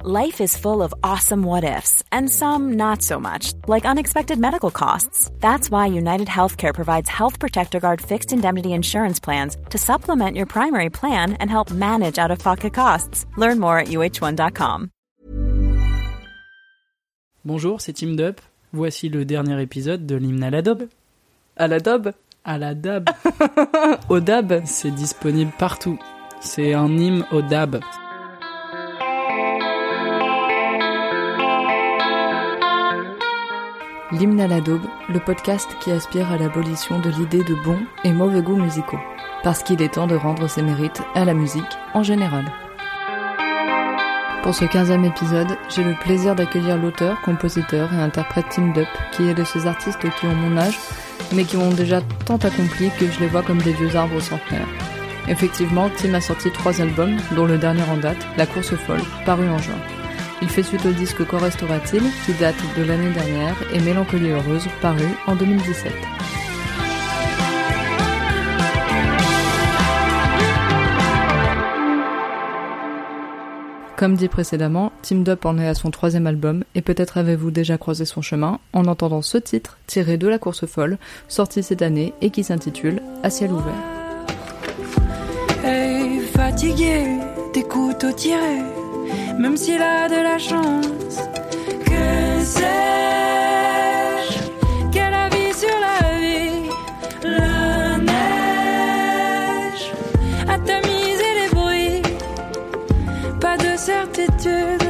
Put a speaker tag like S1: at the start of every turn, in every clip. S1: Life is full of awesome what ifs, and some not so much, like unexpected medical costs. That's why United Healthcare provides Health Protector Guard fixed indemnity insurance plans to supplement your primary plan and help manage out of pocket costs. Learn more at uh1.com.
S2: Bonjour, c'est Team Dup. Voici le dernier épisode de l'hymne à la daube.
S3: À la daube
S2: À la dab,
S3: Au dab
S2: c'est disponible partout. C'est un hymne au dab.
S3: L'hymne à la daube, le podcast qui aspire à l'abolition de l'idée de bons et mauvais goûts musicaux. Parce qu'il est temps de rendre ses mérites à la musique en général. Pour ce 15e épisode, j'ai le plaisir d'accueillir l'auteur, compositeur et interprète Tim Dup, qui est de ces artistes qui ont mon âge, mais qui ont déjà tant accompli que je les vois comme des vieux arbres centenaires. Effectivement, Tim a sorti trois albums, dont le dernier en date, La course folle, paru en juin. Il fait suite au disque Qu'en restera-t-il, qui date de l'année dernière, et Mélancolie heureuse, paru en 2017. Comme dit précédemment, Team Dup en est à son troisième album, et peut-être avez-vous déjà croisé son chemin en entendant ce titre tiré de La course folle, sorti cette année et qui s'intitule À ciel ouvert.
S4: Hey, fatigué des couteaux tirés, même s'il a de la chance. Que sais-je Quel avis sur la vie La neige a tamisé les bruits. Pas de certitude,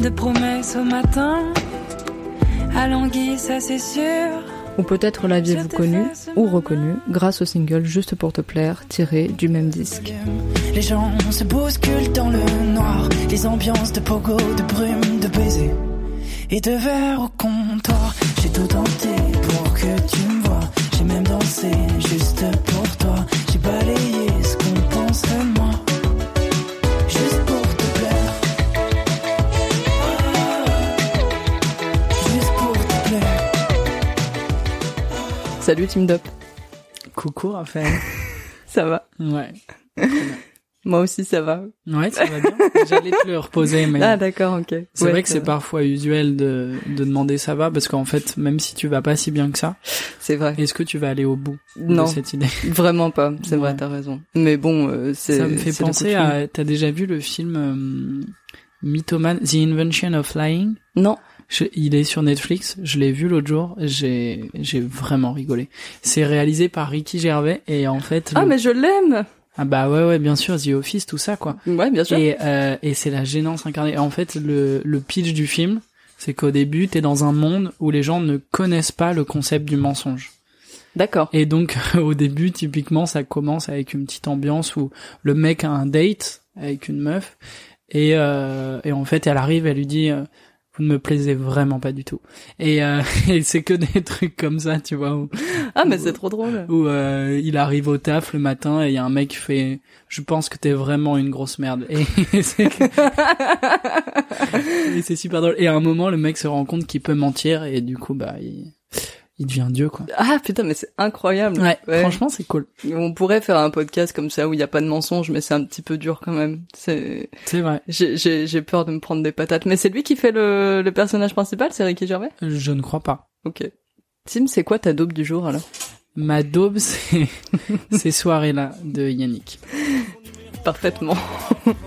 S4: de promesses au matin. À Languille, ça c'est sûr.
S3: Ou peut-être l'aviez-vous connu ou reconnu grâce au single Juste pour te plaire, tiré du même disque.
S4: Les gens se bousculent dans le noir, les ambiances de pogo, de brume, de baisers et de verre au comptoir. J'ai tout tenté pour que tu me vois, j'ai même dansé juste pour toi, j'ai balayé ce qu'on pense de moi. Juste pour te plaire. Oh, Juste pour te plaire.
S3: Salut Team Dup,
S2: Coucou Raphaël.
S3: ça va
S2: Ouais.
S3: Moi aussi ça va.
S2: Ouais, ça va bien. J'allais te le reposer, mais.
S3: Ah d'accord, ok.
S2: C'est
S3: Ouais,
S2: vrai que
S3: ça
S2: c'est
S3: va.
S2: parfois usuel de, de demander ça va parce qu'en fait, même si tu vas pas si bien que ça,
S3: C'est vrai.
S2: est-ce que tu vas aller au bout
S3: Non,
S2: de cette idée
S3: vraiment pas. C'est
S2: Ouais.
S3: vrai, t'as raison. Mais bon, euh, c'est.
S2: Ça me fait
S3: c'est le coup de
S2: penser
S3: fil.
S2: à. T'as déjà vu le film euh, Mythoman, The Invention of Lying
S3: Non.
S2: Je- il est sur Netflix, je l'ai vu l'autre jour, j'ai j'ai vraiment rigolé. C'est réalisé par Ricky Gervais et en fait
S3: Ah
S2: le-
S3: mais je l'aime.
S2: ah bah ouais ouais bien sûr The Office tout ça quoi.
S3: Ouais, bien sûr.
S2: Et euh, et c'est la gênance incarnée. En fait le le pitch du film, c'est qu'au début t'es dans un monde où les gens ne connaissent pas le concept du mensonge.
S3: D'accord.
S2: Et donc au début, typiquement, ça commence avec une petite ambiance où le mec a un date avec une meuf et, euh, et en fait, elle arrive, elle lui dit euh, vous ne me plaisez vraiment pas du tout. Et, euh, et c'est que des trucs comme ça, tu vois, où,
S3: Ah
S2: Mm.
S3: mais c'est trop drôle.
S2: où, euh, il arrive au taf le matin et il y a un mec qui fait je pense que t'es vraiment une grosse merde. Et c'est que- et c'est super drôle. Et à un moment, le mec se rend compte qu'il peut mentir et du coup, bah, il, il devient dieu quoi.
S3: Ah putain mais c'est incroyable.
S2: Ouais, franchement, c'est cool.
S3: On pourrait faire un podcast comme ça où il n'y a pas de mensonge, mais c'est un petit peu dur quand même. C'est,
S2: C'est vrai.
S3: j'ai, j'ai, j'ai peur de me prendre des patates. Mais c'est lui qui fait le, le personnage principal, c'est Ricky Gervais.
S2: Je ne crois pas.
S3: Ok. Tim, c'est quoi ta daube du jour alors
S2: Ma daube, c'est ces soirées-là de Yannick.
S3: Parfaitement.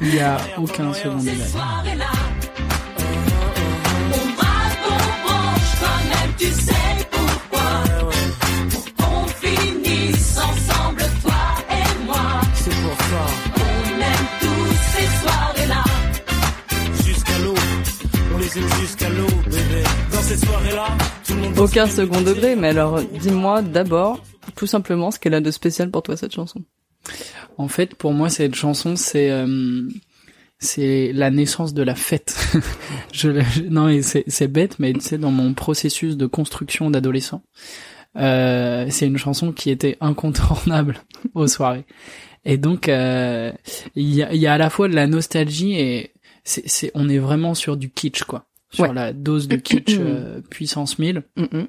S2: Il n'y a aucun second débat.
S5: jusqu'à l'eau. On les aime jusqu'à l'eau, bébé. Dans cette soirée-là, tout le monde.
S3: Aucun second degré, mais alors dis-moi d'abord tout simplement ce qu'elle a de spécial pour toi cette chanson.
S2: En fait, pour moi, cette chanson, c'est euh, c'est la naissance de la fête. je, la- je- non, et c'est c'est bête, mais c'est dans mon processus de construction d'adolescent. Euh, c'est une chanson qui était incontournable aux soirées. Et donc, euh, il y, a, il y a à la fois de la nostalgie et c'est c'est on est vraiment sur du kitsch, quoi. Sur
S3: Ouais.
S2: la dose de kitsch euh, puissance 1000.
S3: Hum, hum.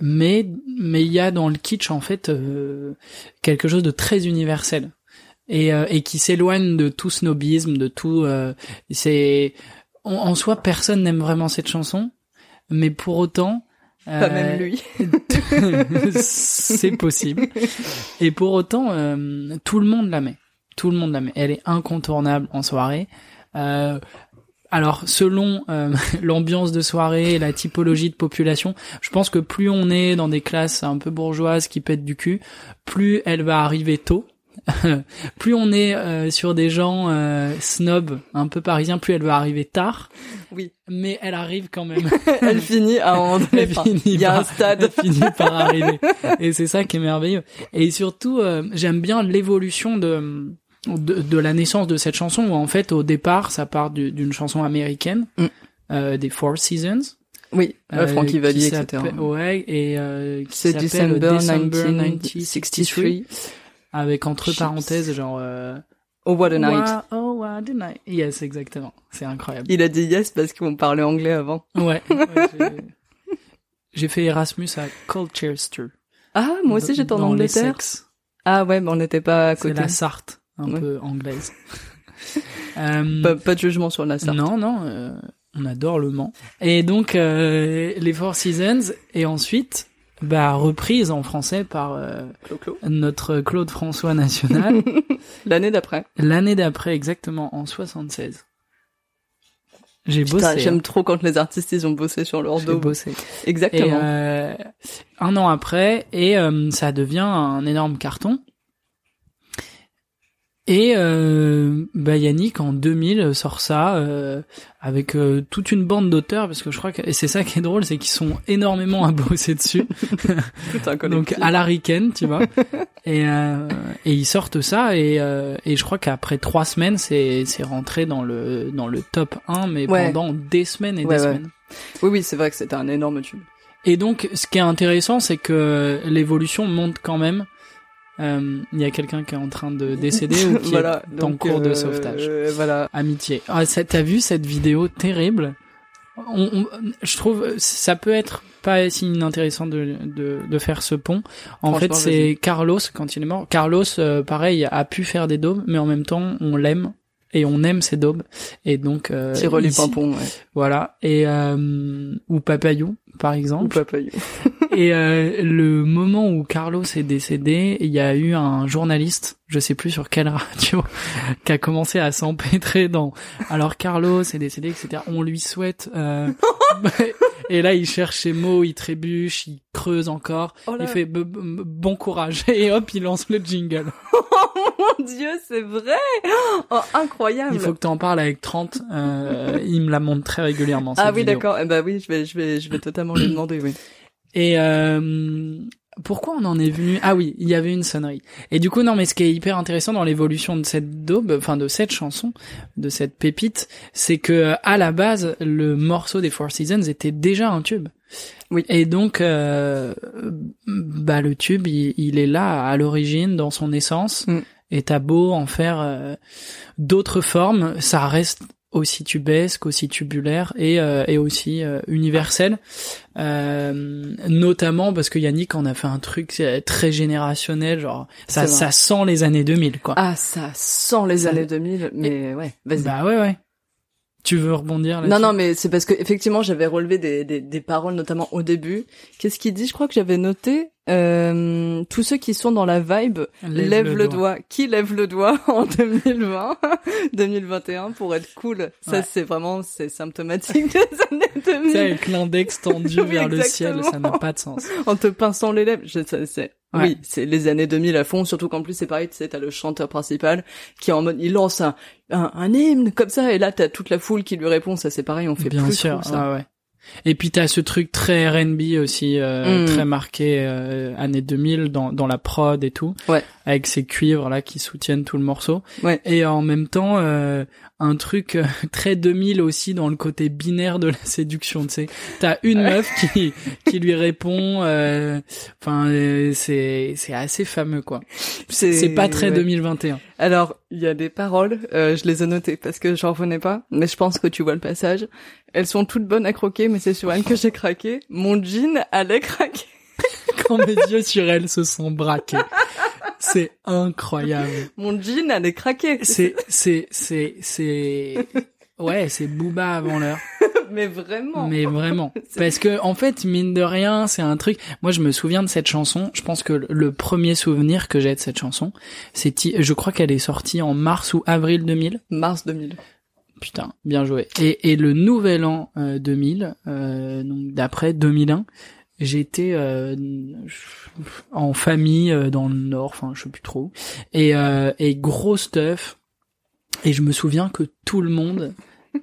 S2: mais mais il y a dans le kitsch en fait euh, quelque chose de très universel et, euh, et qui s'éloigne de tout snobisme, de tout. euh, c'est en, en soi, personne n'aime vraiment cette chanson, mais pour autant,
S3: Pas
S2: euh,
S3: même lui.
S2: c'est possible. Et pour autant, euh, tout le monde la met. Tout le monde la met. Elle est incontournable en soirée. Euh, alors, selon euh, l'ambiance de soirée et la typologie de population, je pense que plus on est dans des classes un peu bourgeoises qui pètent du cul, plus elle va arriver tôt. plus on est euh, sur des gens euh, snobs, un peu parisiens, plus elle va arriver tard.
S3: Oui.
S2: Mais elle arrive quand même.
S3: Elle finit à en
S2: Elle finit
S3: Il y a
S2: par-
S3: un stade.
S2: finit par arriver. Et c'est ça qui est merveilleux. Et surtout, euh, j'aime bien l'évolution de, de de la naissance de cette chanson où en fait au départ ça part du- d'une chanson américaine
S3: Mm.
S2: euh, des Four Seasons.
S3: Oui,
S2: euh,
S3: Frankie
S2: qui
S3: Valli, etc.
S2: s'appelle- Ouais, et euh, qui
S3: C'est
S2: s'appelle
S3: December,
S2: December
S3: 1963.
S2: 1963, avec entre
S3: Chips.
S2: parenthèses genre euh,
S3: Oh, what a night.
S2: Wow, Oh what a night. Yes, exactement. C'est incroyable.
S3: Il a dit yes parce qu'on parlait anglais avant.
S2: Ouais. Ouais, j'ai- J'ai fait Erasmus à Colchester.
S3: Ah, moi aussi j'étais en
S2: Dans
S3: Angleterre.
S2: l'Essex.
S3: Ah ouais, mais on n'était pas à
S2: C'est
S3: côté.
S2: la Sarthe, un
S3: Ouais.
S2: peu anglaise. Euh,
S3: Pas, pas de jugement sur la Sarthe.
S2: Non, non, euh, on adore le Mans. Et donc, euh, les Four Seasons, et ensuite, bah, reprise en français par euh,
S3: Clo-clo.
S2: notre Claude François National,
S3: L'année d'après.
S2: l'année d'après, exactement, en 76. J'ai
S3: Putain,
S2: bossé. hein.
S3: J'aime trop quand les artistes ils ont bossé sur leur
S2: J'ai
S3: dos.
S2: bossé. Et
S3: Exactement.
S2: euh, un an après, et euh, ça devient un énorme carton. Et euh, bah, Yannick en 2000 sort ça euh, avec euh, toute une bande d'auteurs parce que je crois que et c'est ça qui est drôle c'est qu'ils sont énormément à bosser dessus
S3: Putain,
S2: donc
S3: collectif.
S2: à la Riken tu vois et, euh, et ils sortent ça et, euh, et je crois qu'après trois semaines c'est c'est rentré dans le dans le top 1 mais
S3: Ouais.
S2: pendant des semaines et
S3: Ouais,
S2: des
S3: ouais.
S2: semaines
S3: Oui, oui, c'est vrai que c'était un énorme tube.
S2: et donc, ce qui est intéressant, c'est que l'évolution monte quand même. Euh, Il y a quelqu'un qui est en train de décéder ou qui
S3: voilà,
S2: est en cours de sauvetage.
S3: euh, voilà.
S2: Amitié. Ah, ça- t'as vu cette vidéo terrible On- on- Je trouve ça peut être pas si inintéressant de, de, de faire ce pont. En
S3: Franchement,
S2: fait,
S3: vas-y.
S2: c'est Carlos quand il est mort. Carlos, euh, pareil, a pu faire des daubes, mais en même temps, on l'aime et on aime ses daubes. Et donc, euh,
S3: Tire les
S2: ici-
S3: pimpons, ouais.
S2: Voilà. Et euh, ou Papayou, par
S3: Ou
S2: exemple.
S3: papayou.
S2: Et euh, le moment où Carlos est décédé, il y a eu un journaliste, je sais plus sur quelle radio, qui a commencé à s'empêtrer dans. Alors Carlos est décédé, etc. On lui souhaite. euh, et là, il cherche ses mots, il trébuche, il creuse encore.
S3: Oh là
S2: il fait b- b- bon courage et hop, il lance le jingle.
S3: mon dieu, c'est vrai Oh, incroyable
S2: Il faut que t'en parles avec 30. euh, il me la montre très régulièrement.
S3: Ah
S2: cette
S3: oui,
S2: vidéo.
S3: d'accord. Eh ben oui, je vais, je vais, je vais totalement lui demander, oui.
S2: Et euh, pourquoi on en est venu Ah oui, il y avait une sonnerie. Et du coup, non, mais ce qui est hyper intéressant dans l'évolution de cette daube, enfin de cette chanson, de cette pépite, c'est que euh, à la base, le morceau des Four Seasons était déjà un tube.
S3: Oui.
S2: Et donc, euh, bah le tube, il, il est là à l'origine, dans son essence.
S3: Mm.
S2: Et t'as beau en faire euh, d'autres formes, ça reste aussi tubesque, aussi tubulaire et, euh, et aussi euh, universel. Euh, notamment parce que Yannick en a fait un truc euh, très générationnel, genre ça,
S3: C'est vrai.
S2: ça sent les années 2000 quoi.
S3: Ah, ça sent les
S2: Ça-
S3: années 2000, mais ouais, vas-y.
S2: bah ouais ouais. Tu veux rebondir là
S3: Non, non, mais c'est parce que effectivement, j'avais relevé des, des, des paroles, notamment au début. Qu'est-ce qu'il dit Je crois que j'avais noté euh, tous ceux qui sont dans la vibe lève, le, doigt. Qui lève le doigt en 2020, 2021 pour être cool Ça,
S2: Ouais.
S3: c'est vraiment c'est symptomatique des années
S2: Tu sais,
S3: 2000.
S2: avec l'index tendu
S3: Oui,
S2: vers le ciel,
S3: exactement.
S2: ça n'a pas de sens.
S3: En te pinçant les lèvres, je, ça, c'est.
S2: Ouais.
S3: Oui, c'est les années 2000 à fond, surtout qu'en plus c'est pareil, tu sais, t'as le chanteur principal qui est en mode, il lance un, un, un hymne comme ça, et là t'as toute la foule qui lui répond, ça c'est pareil, on fait
S2: Bien
S3: plus
S2: sûr,
S3: trop ça.
S2: ouais, ouais. Et puis t'as ce truc très R&B aussi, euh,
S3: Mm.
S2: très marqué euh, années 2000 dans, dans la prod et tout,
S3: Ouais.
S2: avec ces cuivres là qui soutiennent tout le morceau.
S3: Ouais.
S2: Et en même temps, euh, un truc euh, très 2000 aussi dans le côté binaire de la séduction. Tu sais, t'as une meuf qui qui lui répond. euh, Enfin, euh, c'est c'est assez fameux quoi.
S3: C'est-
S2: C'est pas très
S3: ouais.
S2: 2021.
S3: Alors, il y a des paroles, euh, je les ai notées parce que j'en revenais pas, mais je pense que tu vois le passage. Elles sont toutes bonnes à croquer, mais c'est sur elles que j'ai craqué. Mon jean allait craquer.
S2: Quand mes yeux sur elle se sont braqués. C'est incroyable.
S3: Mon jean allait craquer.
S2: C'est, c'est, c'est, c'est, ouais, c'est Booba avant l'heure.
S3: Mais vraiment.
S2: Mais vraiment. Parce que, en fait, mine de rien, c'est un truc. Moi, je me souviens de cette chanson. Je pense que le- le premier souvenir que j'ai de cette chanson, c'est, ti- je crois qu'elle est sortie en mars ou avril 2000.
S3: Mars 2000.
S2: Putain, bien joué. Et, et le nouvel an euh, 2000, euh, donc d'après 2001, j'étais euh, en famille euh, dans le nord, enfin je sais plus trop. où. Et, euh, et gros stuff. Et je me souviens que tout le monde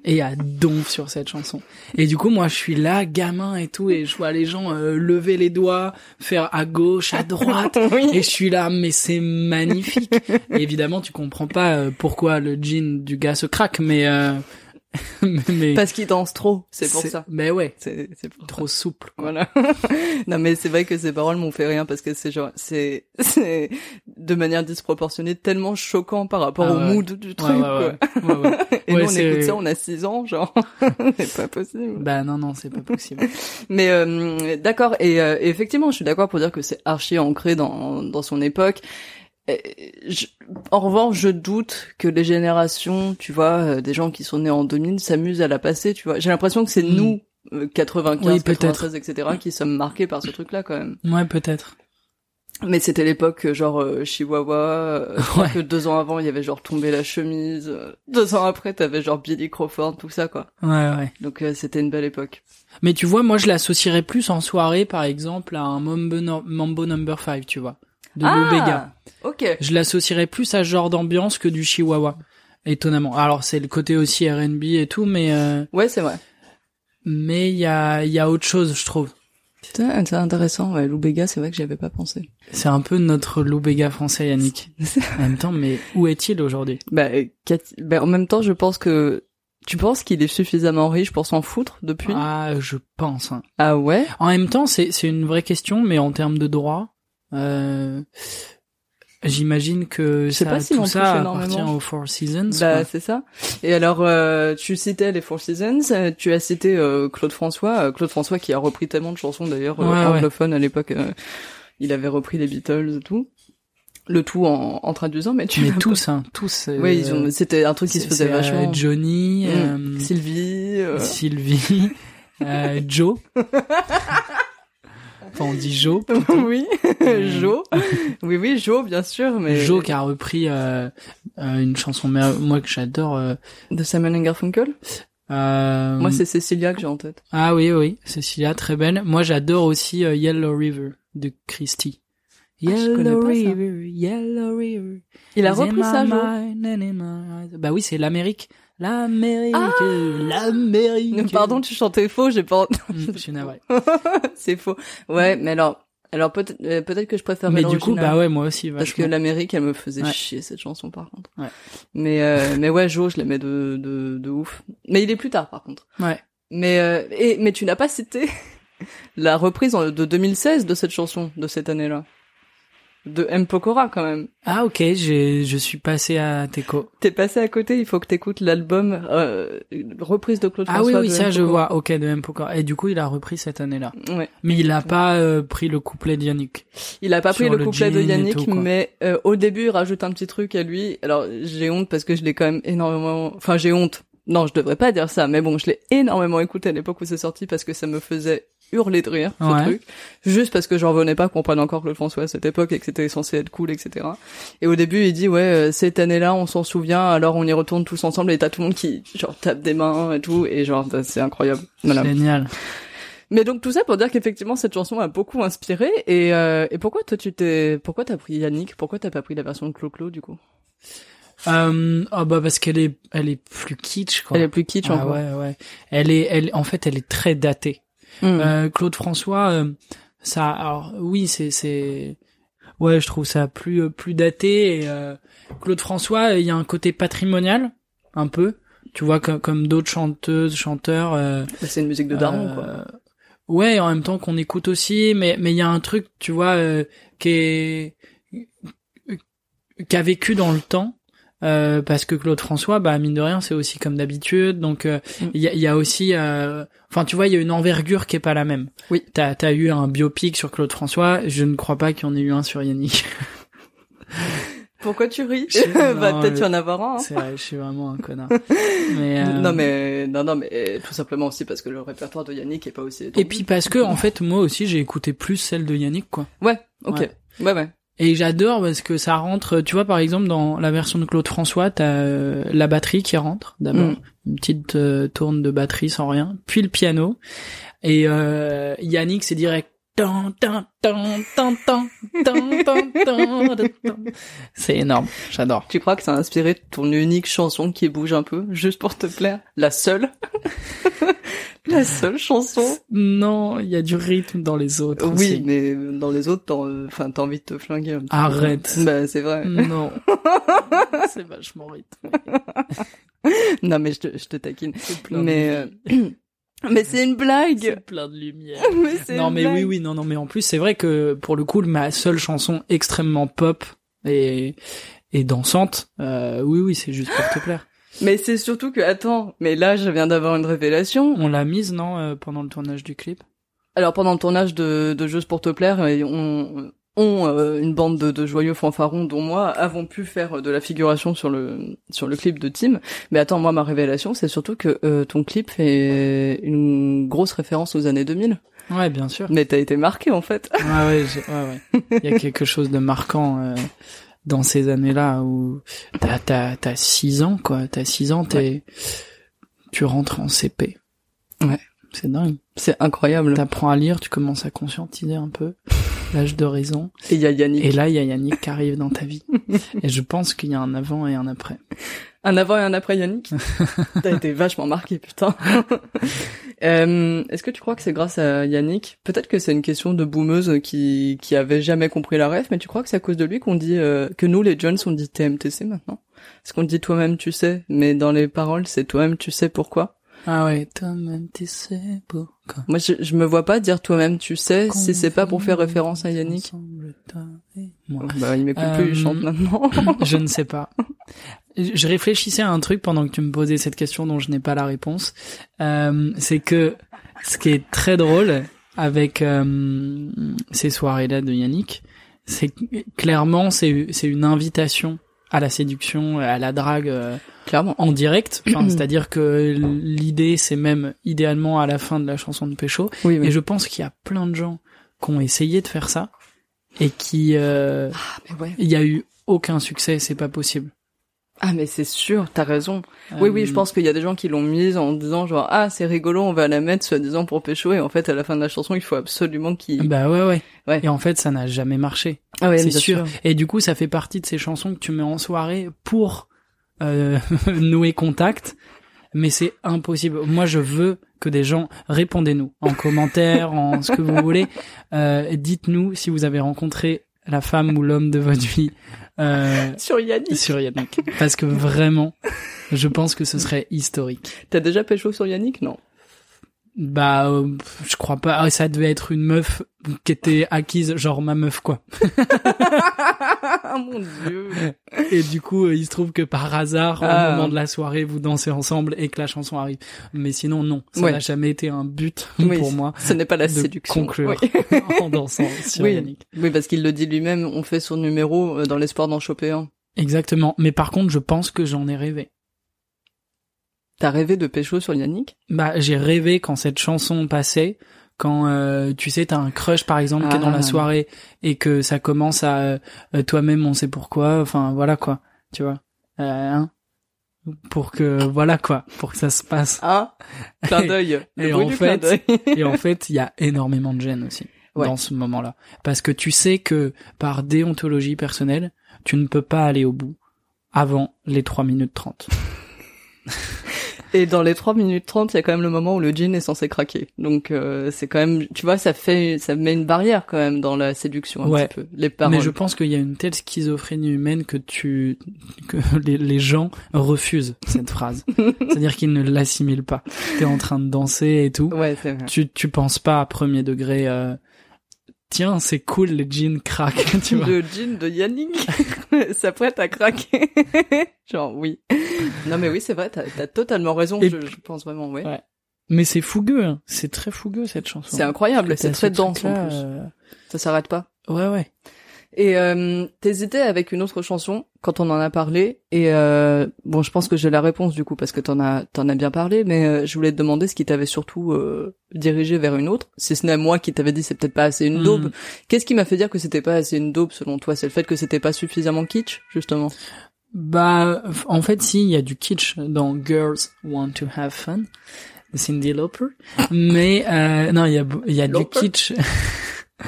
S2: est à donf sur cette chanson. Et du coup, moi, je suis là, gamin et tout, et je vois les gens euh, lever les doigts, faire à gauche, à droite, et je suis là, mais c'est magnifique. Et évidemment, tu comprends pas euh, pourquoi le jean du gars se craque, mais euh, mais, mais-
S3: Parce qu'il danse trop, c'est pour ça.
S2: Mais ouais,
S3: C'est c'est pour
S2: trop souple.
S3: Voilà. non mais c'est vrai que ces paroles m'ont fait rien parce que c'est genre c'est c'est de manière disproportionnée tellement choquant par rapport
S2: Ah
S3: au
S2: ouais.
S3: mood du
S2: Ouais,
S3: truc.
S2: ouais, ouais. Ouais, ouais.
S3: quoi. Et
S2: Ouais,
S3: nous on
S2: c'est-
S3: écoute ça, on a 6 ans, genre c'est pas possible.
S2: Bah non, non, c'est pas possible.
S3: Mais euh, d'accord et euh, et effectivement, je suis d'accord pour dire que c'est archi ancré dans dans son époque. Et je- en revanche, je doute que les générations, tu vois, euh, des gens qui sont nés en 2000 s'amusent à la passer, tu vois. J'ai l'impression que c'est
S2: Mm.
S3: nous, euh, 95,
S2: Oui, peut-être.
S3: 93, etc., qui sommes marqués par ce truc-là quand même.
S2: Ouais, peut-être.
S3: Mais c'était l'époque euh, genre euh, Chihuahua, euh, je crois
S2: Ouais.
S3: que deux ans avant il y avait genre tombé la chemise, euh, deux ans après t'avais genre Billy Crawford, tout ça quoi.
S2: Ouais, ouais.
S3: Donc euh, c'était une belle époque.
S2: Mais tu vois, moi, je l'associerais plus en soirée, par exemple, à un Mambo, No- Mambo Number 5, tu vois, de
S3: Ah
S2: Lou Bega.
S3: Ok.
S2: Je l'associerais plus à ce genre d'ambiance que du Chihuahua, étonnamment. Alors, c'est le côté aussi R&B et tout, mais euh,
S3: Ouais c'est vrai.
S2: mais il y a il y a autre chose, je trouve.
S3: Putain, C'est intéressant, ouais, Lou Bega c'est vrai que j'y avais pas pensé.
S2: C'est un peu notre Lou Bega français, Yannick. En même temps, mais où est-il aujourd'hui
S3: Bah, euh, Cathy- bah, en même temps je pense que... Tu penses qu'il est suffisamment riche pour s'en foutre depuis ah.
S2: Ah, je pense. hein.
S3: ouais
S2: En même temps, c'est c'est une vraie question, mais en termes de droit, euh, j'imagine que
S3: sais
S2: ça,
S3: pas s'ils
S2: tout
S3: l'ont
S2: ça
S3: touché énormément.
S2: appartient aux Four Seasons.
S3: Bah
S2: quoi.
S3: c'est ça. Et alors euh, tu citais les Four Seasons, euh, tu as cité euh, Claude François, euh, Claude François qui a repris tellement de chansons d'ailleurs euh,
S2: Ouais, ouais.
S3: anglophones à l'époque. euh, il avait repris les Beatles et tout, le tout en, en traduisant. Mais tu
S2: mais
S3: l'as
S2: tous, hein, tous.
S3: pas-
S2: euh,
S3: Ouais, ils ont. C'était un truc qui se
S2: c'est-
S3: faisait
S2: c'est, euh,
S3: vachement.
S2: Johnny,
S3: Mm.
S2: euh,
S3: Sylvie. euh,
S2: Sylvie, euh, Joe. Enfin, on dit Joe.
S3: oui,
S2: Hmm.
S3: Jo. Oui, oui, Jo, bien sûr, mais
S2: Joe qui a repris euh, euh, une chanson, mais, euh, moi que j'adore. euh,
S3: de Samuel and Garfunkel.
S2: euh,
S3: Moi, c'est Cécilia que j'ai en tête.
S2: Ah oui, oui, Cecilia, très belle. Moi, j'adore aussi euh, Yellow River de Christy.
S3: Ah, je connais pas ça.
S2: Yellow River.
S3: Il a
S2: is in
S3: repris
S2: my
S3: ça, Jo.
S2: mind and in my eyes. Bah oui, c'est l'Amérique. L'Amérique,
S3: Ah
S2: l'Amérique.
S3: Pardon, tu chantais faux, j'ai pas.
S2: Mm, je suis navré.
S3: c'est faux. Ouais, mais alors, alors peut-être, euh, peut-être que je préfère.
S2: Mais du
S3: l'original.
S2: coup, bah ouais, moi aussi,
S3: Parce que
S2: vachement.
S3: l'Amérique, elle me faisait
S2: Ouais.
S3: chier cette chanson par contre.
S2: Ouais.
S3: Mais euh, mais ouais, Jo, je l'aimais de, de de ouf. Mais il est plus tard par contre.
S2: Ouais.
S3: Mais euh, et mais tu n'as pas cité la reprise en- de 2016 de cette chanson de cette année-là de M Pokora quand même.
S2: Ah ok, j'ai, je suis passé à Teco.
S3: T'es passé à côté. Il faut que t'écoutes l'album euh, reprise de Claude
S2: Ah oui,
S3: François.
S2: oui,
S3: de
S2: ça
S3: M.
S2: je
S3: Pokora.
S2: vois. Ok, de M. Pokora. Et du coup, il a repris cette année-là.
S3: Ouais.
S2: Mais il a pas euh, pris le couplet de Yannick.
S3: Il a pas
S2: Sur
S3: pris le
S2: le
S3: couplet de
S2: jean et
S3: Yannick,
S2: tout, quoi.
S3: mais euh, au début, il rajoute un petit truc à lui. Alors, j'ai honte parce que je l'ai quand même énormément... Enfin, j'ai honte. Non, je devrais pas dire ça, mais bon, je l'ai énormément écouté à l'époque où c'est sorti parce que ça me faisait hurler de rire, ce
S2: Ouais.
S3: truc. Juste parce que j'en revenais pas qu'on prenne encore Claude François à cette époque et que c'était censé être cool, etc. Et au début, il dit, ouais, euh, cette année-là, on s'en souvient, alors on y retourne tous ensemble et t'as tout le monde qui, genre, tape des mains et tout, et genre, bah, c'est incroyable. Voilà.
S2: Génial.
S3: Mais donc tout ça pour dire qu'effectivement cette chanson a beaucoup inspiré et, euh, et pourquoi toi tu t'es pourquoi t'as pris Yannick pourquoi t'as pas pris la version de Clo-Clo du coup
S2: Euh, ah bah parce qu'elle est, elle est plus kitsch quoi.
S3: elle est plus kitsch
S2: Ah
S3: encore
S2: ouais, ouais. Elle est, elle, en fait, elle est très datée.
S3: Mm.
S2: Euh, Claude François, euh, ça, alors oui, c'est, c'est, ouais, je trouve ça plus, euh, plus daté. Et, euh, Claude François, euh, il y a un côté patrimonial, un peu. Tu vois, comme, comme d'autres chanteuses, chanteurs. euh,
S3: Bah, c'est une musique de daron
S2: euh,
S3: quoi
S2: Ouais, en même temps qu'on écoute aussi, mais mais il y a un truc, tu vois, euh, qui est qui a vécu dans le temps. euh, parce que Claude François, bah mine de rien, c'est aussi comme d'habitude. Donc euh, il
S3: Mm.
S2: y, a, il y a aussi, euh, enfin tu vois, il y a une envergure qui est pas la même.
S3: Oui.
S2: T'as as eu un biopic sur Claude François. Je ne crois pas qu'il y en ait eu un sur Yannick.
S3: Pourquoi tu ris
S2: Je-
S3: Bah
S2: non,
S3: peut-être
S2: mais-
S3: y en avoir un. hein.
S2: C'est vrai, je suis vraiment un connard. Mais, euh,
S3: Non mais non non mais euh, tout simplement aussi parce que le répertoire de Yannick est pas aussi. étendu.
S2: Et puis parce que en fait moi aussi j'ai écouté plus celle de Yannick quoi.
S3: ouais
S2: Ouais.
S3: ok ouais ouais, ouais.
S2: Et j'adore parce que ça rentre, tu vois par exemple dans la version de Claude François, t'as euh, la batterie qui rentre d'abord,
S3: Mm.
S2: une petite euh, tourne de batterie sans rien, puis le piano, et euh, Yannick c'est direct. Tan, tan, tan, tan, tan, tan, tan, tan, tan. C'est énorme, j'adore.
S3: Tu crois que ça a inspiré ton unique chanson qui bouge un peu juste pour te plaire La seule La seule chanson.
S2: Non, il y a du rythme dans les autres.
S3: Oui
S2: aussi.
S3: mais dans les autres t'en- euh, enfin t'as envie de te flinguer. un petit peu.
S2: Arrête.
S3: Bah c'est vrai.
S2: Non. c'est vachement rythme.
S3: Non mais je te, je te taquine. Mais euh, mais c'est une blague.
S2: C'est plein de lumière.
S3: Mais c'est
S2: Non
S3: une
S2: mais oui
S3: blague.
S2: oui non non mais en plus c'est vrai que pour le coup ma seule chanson extrêmement pop et et dansante euh, oui oui c'est juste pour te plaire
S3: Mais c'est surtout que attends mais là je viens d'avoir une révélation.
S2: on l'a mise non euh, pendant le tournage du clip
S3: Alors pendant le tournage de, de Juste pour te plaire, et on, on euh, une bande de, de joyeux fanfarons dont moi avons pu faire de la figuration sur le sur le clip de Tim. Mais attends, moi ma révélation, c'est surtout que euh, ton clip fait une grosse référence aux années 2000.
S2: ouais bien sûr
S3: Mais t'as été marqué en fait.
S2: Ah ouais ouais j'ai- ouais ouais. il y a quelque chose de marquant euh, dans ces années là où t'as t'as t'as six ans quoi t'as six ans t'es tu rentres en CP
S3: Ouais.
S2: c'est dingue
S3: C'est incroyable.
S2: t'apprends à lire tu commences à conscientiser un peu l'âge de raison
S3: Et il y a Yannick.
S2: Et là, il y a Yannick qui arrive dans ta vie. Et je pense qu'il y a un avant et un après.
S3: Un avant et un après Yannick. t'as été vachement marqué putain. Euh, Est-ce que tu crois que c'est grâce à Yannick Peut-être que c'est une question de boumeuse qui qui avait jamais compris la ref, mais tu crois que c'est à cause de lui qu'on dit euh, que nous les Jones on dit TMTC maintenant Parce qu'on dit toi-même tu sais, mais dans les paroles c'est toi-même tu sais pourquoi.
S2: Ah ouais, toi-même, tu sais pourquoi.
S3: Moi je, je me vois pas dire toi-même tu sais si c'est pas pour faire référence à Yannick.
S2: Ensemble, toi et moi.
S3: Bah il m'écoute plus, il
S2: Euh,
S3: chante maintenant.
S2: Je ne sais pas. Je je réfléchissais à un truc pendant que tu me posais cette question dont je n'ai pas la réponse. Euh, c'est que ce qui est très drôle avec euh, ces soirées-là de Yannick, c'est que clairement c'est c'est une invitation à la séduction, à la drague. euh,
S3: Clairement.
S2: en direct, Enfin, c'est-à-dire que l'idée c'est même idéalement à la fin de la chanson de Pécho.
S3: Oui, mais,
S2: Et je pense qu'il y a plein de gens qui ont essayé de faire ça et qui euh,
S3: Ah, mais ouais.
S2: il y a eu aucun succès, c'est pas possible. Euh,
S3: Ah mais c'est sûr, t'as raison. Oui, oui, je pense qu'il y a des gens qui l'ont mise en disant genre ah c'est rigolo, on va la mettre soi-disant pour pécho et en fait à la fin de la chanson il faut absolument qu'il.
S2: Bah ouais, ouais
S3: Ouais.
S2: Et en fait, ça n'a jamais marché,
S3: ah ouais,
S2: c'est
S3: bien
S2: sûr. Et du coup, ça fait partie de ces chansons que tu mets en soirée pour euh, nouer contact, mais c'est impossible. Moi, je veux que des gens répondez-nous en commentaire, en ce que vous voulez. Euh, Dites-nous si vous avez rencontré la femme ou l'homme de votre vie euh,
S3: Sur Yannick,
S2: sur Yannick, parce que vraiment, je pense que ce serait historique.
S3: t'as déjà pécho sur Yannick non
S2: Bah, euh, pff, je crois pas. Ah, ça devait être une meuf qui était acquise, genre ma meuf, quoi.
S3: Ah mon dieu.
S2: Et du coup, euh, il se trouve que par hasard,
S3: Ah.
S2: au moment de la soirée, vous dansez ensemble et que la chanson arrive. Mais sinon, non. Ça
S3: Ouais.
S2: n'a jamais été un but
S3: Oui,
S2: pour moi
S3: Ce n'est pas la
S2: de
S3: séduction.
S2: conclure
S3: Oui.
S2: en dansant sur
S3: Oui.
S2: Yannick.
S3: Oui, parce qu'il le dit lui-même, on fait son numéro euh, dans l'espoir d'en choper un.
S2: Exactement. Mais par contre, je pense que j'en ai rêvé.
S3: T'as rêvé de pécho sur Yannick
S2: Bah, j'ai rêvé quand cette chanson passait, quand euh, tu sais, t'as un crush par exemple qui est dans
S3: Ah.
S2: la soirée et que ça commence à euh, euh, toi-même, on sait pourquoi. Enfin, voilà quoi, tu vois. Euh, hein pour que voilà quoi, pour que ça se passe.
S3: Ah, clin d'œil. Le
S2: Et
S3: bruit
S2: en
S3: du clin
S2: fait,
S3: d'œil.
S2: Et en fait, il y a énormément de gêne aussi
S3: Ouais.
S2: dans ce moment-là, parce que tu sais que par déontologie personnelle, tu ne peux pas aller au bout avant les 3 minutes 30.
S3: Et dans les 3 minutes 30, il y a quand même le moment où le jean est censé craquer. Donc euh, c'est quand même, tu vois, ça fait, ça met une barrière quand même dans la séduction un
S2: Ouais.
S3: petit peu. Les paroles.
S2: Mais je pense qu'il y a une telle schizophrénie humaine que tu, que les, les gens refusent cette phrase. C'est-à-dire qu'ils ne l'assimilent pas. T'es en train de danser et tout.
S3: Ouais, c'est vrai.
S2: Tu, tu penses pas à premier degré, euh, tiens, c'est cool, les jeans craquent, tu vois.
S3: Le jean de Yannick s'apprête à craquer. Genre oui. Non mais oui, c'est vrai, t'as as totalement raison.
S2: Et
S3: Je, je pense vraiment, oui.
S2: Ouais. Mais c'est fougueux, hein. C'est très fougueux, cette chanson.
S3: C'est incroyable,
S2: T'as ce
S3: c'est très dense en
S2: truc-là,
S3: plus.
S2: euh,
S3: Ça s'arrête pas.
S2: Ouais, ouais.
S3: Et euh, t'hésitais avec une autre chanson quand on en a parlé. Et euh, bon, je pense que j'ai la réponse du coup parce que t'en as t'en as bien parlé, mais euh, je voulais te demander ce qui t'avait surtout euh, dirigé vers une autre. Si ce n'est moi qui t'avais dit c'est peut-être pas assez une daube.
S2: Mhm.
S3: Qu'est-ce qui m'a fait dire que c'était pas assez une daube selon toi C'est le fait que c'était pas suffisamment kitsch justement.
S2: Bah, en fait, si, il y a du kitsch dans Girls Want to Have Fun, de Cindy Lauper. Mais, euh, non, il y a, il y a du
S3: Lauper
S2: kitsch.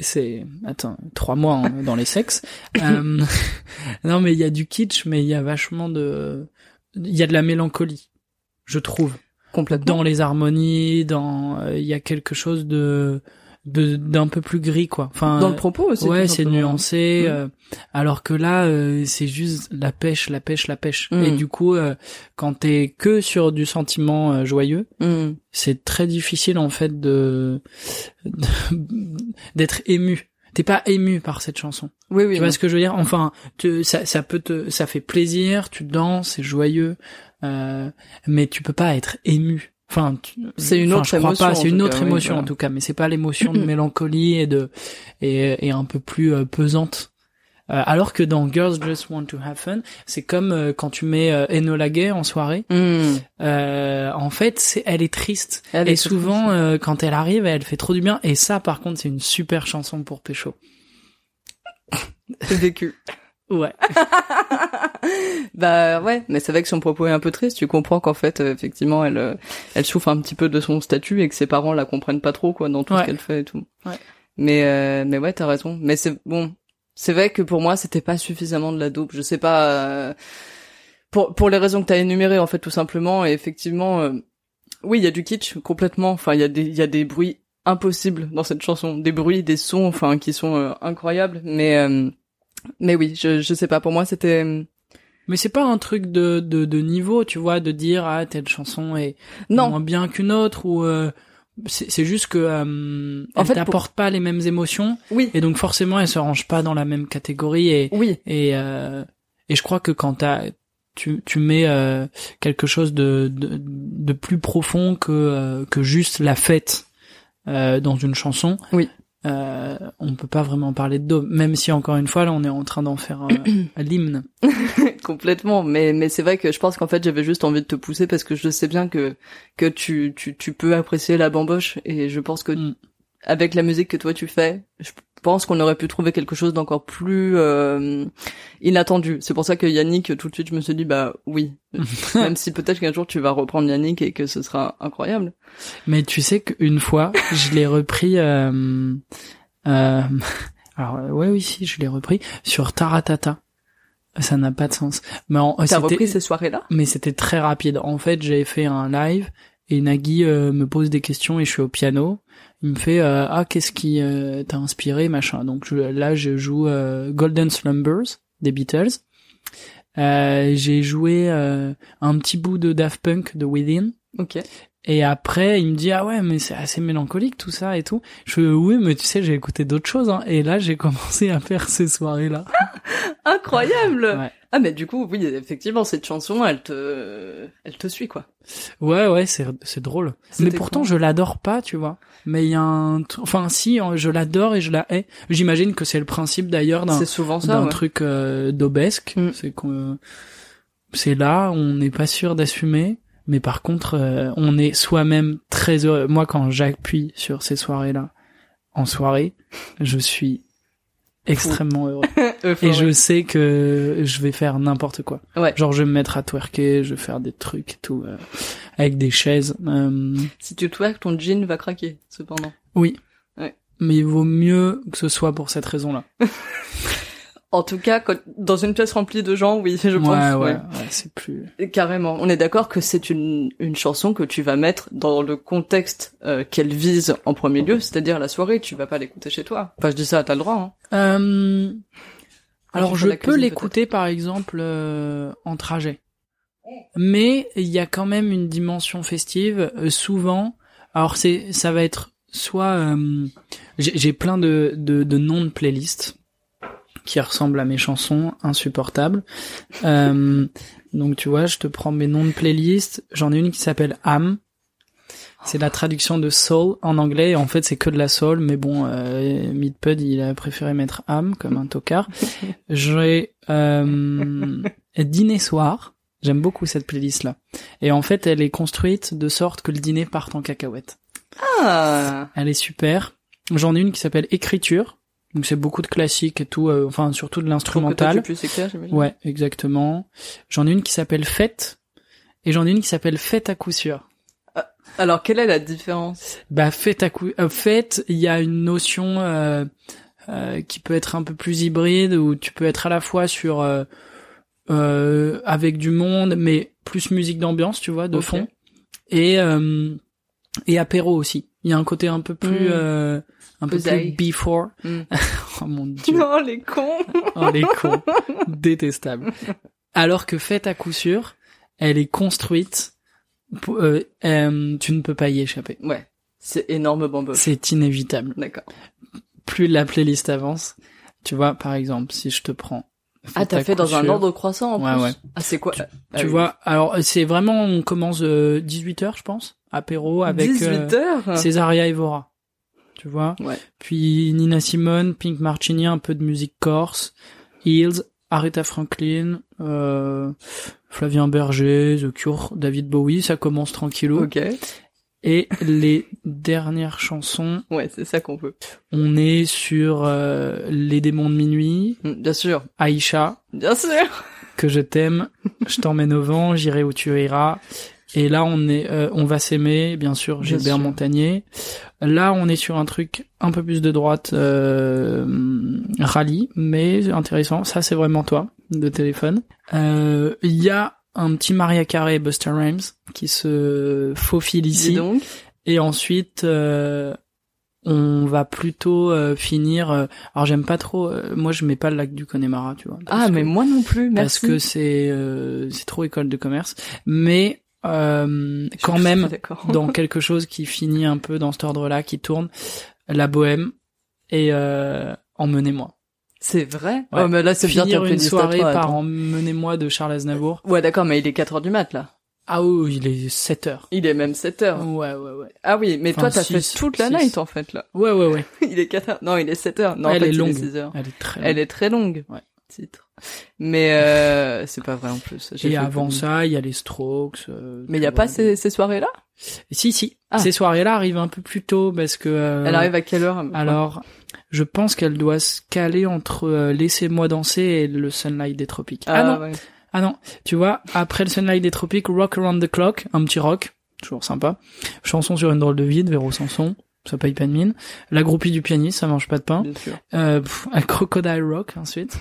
S2: C'est, attends, trois mois hein, dans les sexes. Euh, non, mais il y a du kitsch, mais il y a vachement de, il y a de la mélancolie, je trouve.
S3: Complètement.
S2: Dans les harmonies, dans, euh, il y a quelque chose de, de, d'un peu plus gris, quoi. Enfin,
S3: Dans, le propos aussi.
S2: euh, Ouais,
S3: tout
S2: c'est
S3: simplement.
S2: nuancé.
S3: Mm.
S2: euh, alors que là, euh, c'est juste la pêche, la pêche, la pêche.
S3: Mm.
S2: Et du coup, euh, quand t'es que sur du sentiment euh, joyeux,
S3: Mhm.
S2: c'est très difficile en fait de de- d'être ému. T'es pas ému par cette chanson.
S3: Oui, oui.
S2: tu vois
S3: non.
S2: ce que je veux dire Enfin, tu- ça, ça peut te, ça fait plaisir. Tu danses, c'est joyeux, euh, mais tu peux pas être ému. Enfin, tu-
S3: C'est une
S2: enfin,
S3: autre
S2: je crois
S3: émotion, en
S2: pas. C'est
S3: tout
S2: une
S3: cas,
S2: autre
S3: oui,
S2: émotion
S3: voilà.
S2: en tout cas, mais c'est pas l'émotion de mélancolie et de et, et un peu plus euh, pesante. Euh, alors que dans Girls Just Want to Have Fun, c'est comme euh, quand tu mets euh, Enola Gay en soirée.
S3: Mhm.
S2: Euh, en fait, c'est, elle est triste.
S3: Elle
S2: et
S3: est
S2: souvent,
S3: triste.
S2: euh, quand elle arrive, elle fait trop du bien. Et ça, par contre, c'est une super chanson pour Pécho.
S3: C'est vécu.
S2: Ouais.
S3: Bah ouais, mais c'est vrai que son propos est un peu triste. Tu comprends qu'en fait, euh, effectivement, elle, euh, elle souffre un petit peu de son statut et que ses parents la comprennent pas trop quoi dans tout ce
S2: Ouais.
S3: qu'elle fait et tout.
S2: Ouais.
S3: Mais euh, mais ouais, t'as raison. Mais c'est bon, c'est vrai que pour moi, c'était pas suffisamment de la dope. Je sais pas euh, pour pour les raisons que t'as énumérées en fait tout simplement. Et effectivement, euh, oui, il y a du kitsch complètement. Enfin, il y a des il y a des bruits impossibles dans cette chanson, des bruits, des sons, enfin qui sont euh, incroyables. Mais euh, mais oui, je je sais pas. Pour moi, c'était euh,
S2: Mais c'est pas un truc de, de, de niveau, tu vois, de dire ah telle chanson est
S3: non.
S2: moins bien qu'une autre ou euh, c'est c'est juste que euh,
S3: En
S2: elle
S3: fait,
S2: t'apporte pas les mêmes émotions
S3: Oui.
S2: et donc forcément elle se range pas dans la même catégorie et
S3: Oui.
S2: et euh, et je crois que quand t'as tu tu mets euh, quelque chose de, de de plus profond que euh, que juste la fête euh, dans une chanson.
S3: Oui.
S2: Euh, on peut pas vraiment parler de dôme, même si encore une fois là on est en train d'en faire euh, l'hymne.
S3: Complètement, mais mais c'est vrai que je pense qu'en fait j'avais juste envie de te pousser parce que je sais bien que que tu tu tu peux apprécier la bamboche et je pense que
S2: Mm.
S3: avec la musique que toi tu fais, je pense qu'on aurait pu trouver quelque chose d'encore plus euh, inattendu. C'est pour ça que Yannick tout de suite je me suis dit bah oui, même si peut-être qu'un jour tu vas reprendre Yannick et que ce sera incroyable.
S2: Mais tu sais qu'une fois, je l'ai repris. Euh, euh, alors euh, ouais, oui, si, je l'ai repris sur Taratata. Ça n'a pas de sens. Mais en-
S3: T'as
S2: c'était-
S3: repris ces soirées là
S2: mais c'était très rapide. En fait, j'avais fait un live et Nagui euh, me pose des questions et je suis au piano. Il me fait euh, ah qu'est-ce qui euh, t'a inspiré machin. Donc je- là, je joue euh, Golden Slumbers des Beatles. Euh, j'ai joué euh, un petit bout de Daft Punk de Within.
S3: Ok.
S2: Et après, il me dit ah ouais mais c'est assez mélancolique tout ça et tout. Je fais, oui mais tu sais j'ai écouté d'autres choses hein. et là j'ai commencé à faire ces soirées là.
S3: Incroyable.
S2: Ouais.
S3: Ah mais du coup oui effectivement cette chanson elle te elle te suit quoi.
S2: Ouais ouais c'est c'est drôle. Mais
S3: C'était
S2: pourtant
S3: cool.
S2: je l'adore pas tu vois. Mais il y a un tr- enfin si hein, je l'adore et je la hais. J'imagine que c'est le principe d'ailleurs d'un
S3: C'est souvent ça.
S2: d'un
S3: ouais.
S2: truc euh, d'obesque.
S3: Mm.
S2: C'est qu'on c'est là on n'est pas sûr d'assumer. Mais par contre, euh, on est soi-même très heureux. Moi, quand j'appuie sur ces soirées-là, en soirée, je suis extrêmement heureux.
S3: Euh,
S2: Et je sais que je vais faire n'importe quoi.
S3: Ouais.
S2: Genre, je vais me mettre à twerker, je vais faire des trucs et tout, euh, avec des chaises. euh,
S3: Si tu twerk, ton jean va craquer, cependant.
S2: oui.
S3: Ouais.
S2: Mais il vaut mieux que ce soit pour cette raison-là.
S3: En tout cas, quand- dans une pièce remplie de gens, oui, je
S2: ouais,
S3: pense.
S2: ouais, ouais, c'est plus...
S3: ouais. Carrément. On est d'accord que c'est une, une chanson que tu vas mettre dans le contexte euh, qu'elle vise en premier lieu, c'est-à-dire la soirée. Tu vas pas l'écouter chez toi. Enfin, je dis ça, t'as le droit. Hein.
S2: Euh, alors,
S3: tu fais
S2: je
S3: la cuisine,
S2: peux l'écouter, par exemple, euh, en trajet. Mais il y a quand même une dimension festive, euh, souvent. Alors, c'est, ça va être soit... euh, j'ai j'ai plein de, de, de noms de playlists qui ressemblent à mes chansons insupportables. Euh, donc, tu vois, je te prends mes noms de playlists. J'en ai une qui s'appelle Am. C'est la traduction de soul en anglais. En fait, c'est que de la soul, mais bon, euh, Midpud, il a préféré mettre âme comme un tocard. J'ai euh, dîner soir. J'aime beaucoup cette playlist là. Et en fait, elle est construite de sorte que le dîner parte en cacahuète.
S3: Ah
S2: Elle est super. J'en ai une qui s'appelle Écriture. Donc c'est beaucoup de classiques et tout, euh, enfin surtout de l'instrumental.
S3: plus éclair, j'imagine.
S2: Ouais, exactement. J'en ai une qui s'appelle Fête et j'en ai une qui s'appelle Fête à coup sûr.
S3: Alors, quelle est la différence
S2: Bah Fête à coup euh, Fête, il y a une notion euh, euh, qui peut être un peu plus hybride où tu peux être à la fois sur euh, euh, avec du monde mais plus musique d'ambiance, tu vois, de
S3: Ok.
S2: fond et euh, et apéro aussi. Il y a un côté un peu plus
S3: Mm.
S2: euh, un peu
S3: Oseille.
S2: plus before.
S3: Mm.
S2: oh mon dieu.
S3: Non, les cons
S2: Oh les cons, détestable. Alors que faite à coup sûr, elle est construite. pour- euh, euh, tu ne peux pas y échapper.
S3: Ouais, c'est énorme bamboche.
S2: C'est inévitable.
S3: D'accord.
S2: Plus la playlist avance, tu vois, par exemple, si je te prends.
S3: Ah,
S2: Fête à
S3: t'as fait
S2: coup
S3: dans un
S2: sûr,
S3: ordre croissant en
S2: Ouais,
S3: plus.
S2: ouais.
S3: Ah, c'est quoi Ah,
S2: Tu
S3: oui.
S2: vois, alors c'est vraiment, on commence 18h, je pense, apéro avec euh,
S3: 18 heures hein.
S2: Césaria Evora. Tu vois
S3: Ouais.
S2: Puis Nina Simone, Pink Martini, un peu de musique corse, Hills, Aretha Franklin, euh, Flavien Berger, The Cure, David Bowie, ça commence tranquillou.
S3: Ok.
S2: Et les dernières chansons,
S3: Ouais, c'est ça qu'on veut.
S2: on est sur euh, Les démons de minuit,
S3: Mm, Bien sûr.
S2: Aïcha,
S3: Bien sûr
S2: que je t'aime, je t'emmène au vent, j'irai où tu iras. Et là, on est, euh, on va s'aimer, bien sûr,
S3: Bien
S2: Gilbert
S3: sûr.
S2: Montagnier. Là, on est sur un truc un peu plus de droite, euh, rallye, mais intéressant. Ça, c'est vraiment toi, de téléphone. Euh, Il y a un petit Maria Carey et Buster Rhymes qui se faufile
S3: Dis
S2: ici.
S3: donc.
S2: Et ensuite, euh, on va plutôt euh, finir. euh, alors, j'aime pas trop. euh, moi, je mets pas le lac du Connemara, tu vois. parce
S3: Ah,
S2: que-
S3: mais moi non plus,
S2: parce
S3: merci.
S2: que c'est euh, c'est trop école de commerce, mais euh,
S3: Je suis
S2: quand
S3: tout à fait
S2: même
S3: d'accord.
S2: dans quelque chose qui finit un peu dans cet ordre-là, qui tourne la bohème et euh, emmenez-moi.
S3: C'est vrai
S2: Ouais.
S3: Oh, mais là, c'est bien
S2: Finir
S3: ta
S2: une
S3: playlist à
S2: soirée
S3: toi,
S2: par
S3: attends.
S2: emmenez-moi de Charles Aznavour.
S3: Ouais, d'accord, mais il est 4 heures du mat, là.
S2: Ah oh, il est 7 heures.
S3: Il est même 7 heures.
S2: Ouais ouais ouais.
S3: Ah oui, mais toi,
S2: Enfin,
S3: t'as
S2: six,
S3: fait toute la
S2: six.
S3: night, en fait, là.
S2: Ouais ouais ouais.
S3: Il est 4 heures. Non, il est 7 heures. Non, en
S2: Elle
S3: fait,
S2: est
S3: il
S2: longue.
S3: 6 heures.
S2: Elle est très
S3: Elle
S2: longue.
S3: est très longue.
S2: Ouais.
S3: Titre. Mais euh, c'est pas vrai en plus. J'ai
S2: Et
S3: fait
S2: avant
S3: comme-
S2: ça, il y a les Strokes. euh,
S3: Mais il
S2: tu
S3: y a
S2: vois,
S3: pas ces, ces soirées-là
S2: Si si.
S3: Ah.
S2: Ces soirées-là arrivent un peu plus tôt parce que euh,
S3: Elle arrive à quelle heure
S2: Alors, je pense qu'elle doit se caler entre euh, Laissez-moi danser et le Sunlight des Tropiques. Ah, non,
S3: ouais.
S2: ah non, tu vois, après le Sunlight des Tropiques, Rock Around the Clock, un petit rock, toujours sympa. Chanson sur une drôle de vide, Véro Sanson, ça paye pas de mine. La groupie du pianiste, ça mange pas de pain.
S3: bien sûr.
S2: Euh, pff, un Crocodile Rock ensuite.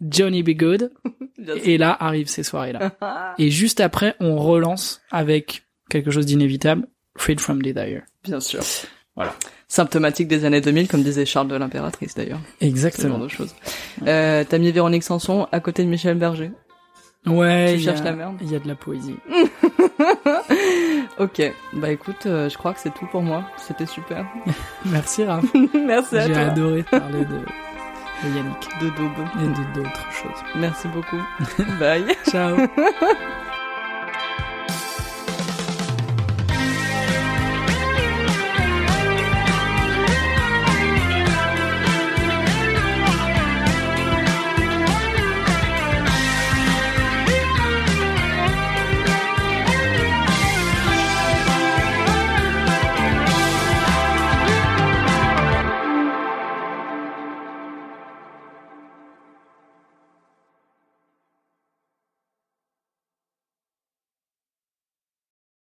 S2: Johnny Be Good.
S3: Bien sûr.
S2: Et là arrivent ces soirées-là. Et juste après, on relance avec quelque chose d'inévitable, Freed from Desire.
S3: Bien sûr.
S2: Voilà.
S3: Symptomatique des années 2000, comme disait Charles de l'Impératrice d'ailleurs. C'est genre
S2: Exactement.
S3: de choses. Euh, T'as mis Véronique Sanson à côté de Michel Berger.
S2: Ouais,
S3: Tu
S2: il y a-
S3: cherches la merde.
S2: il y a de la poésie.
S3: Ok. Bah écoute, euh, je crois que c'est tout pour moi. C'était super.
S2: Merci Raph.
S3: Merci à
S2: J'ai
S3: toi.
S2: adoré parler de, de Yannick
S3: De Daube.
S2: et de d'autres choses.
S3: Merci beaucoup. Bye.
S2: Ciao.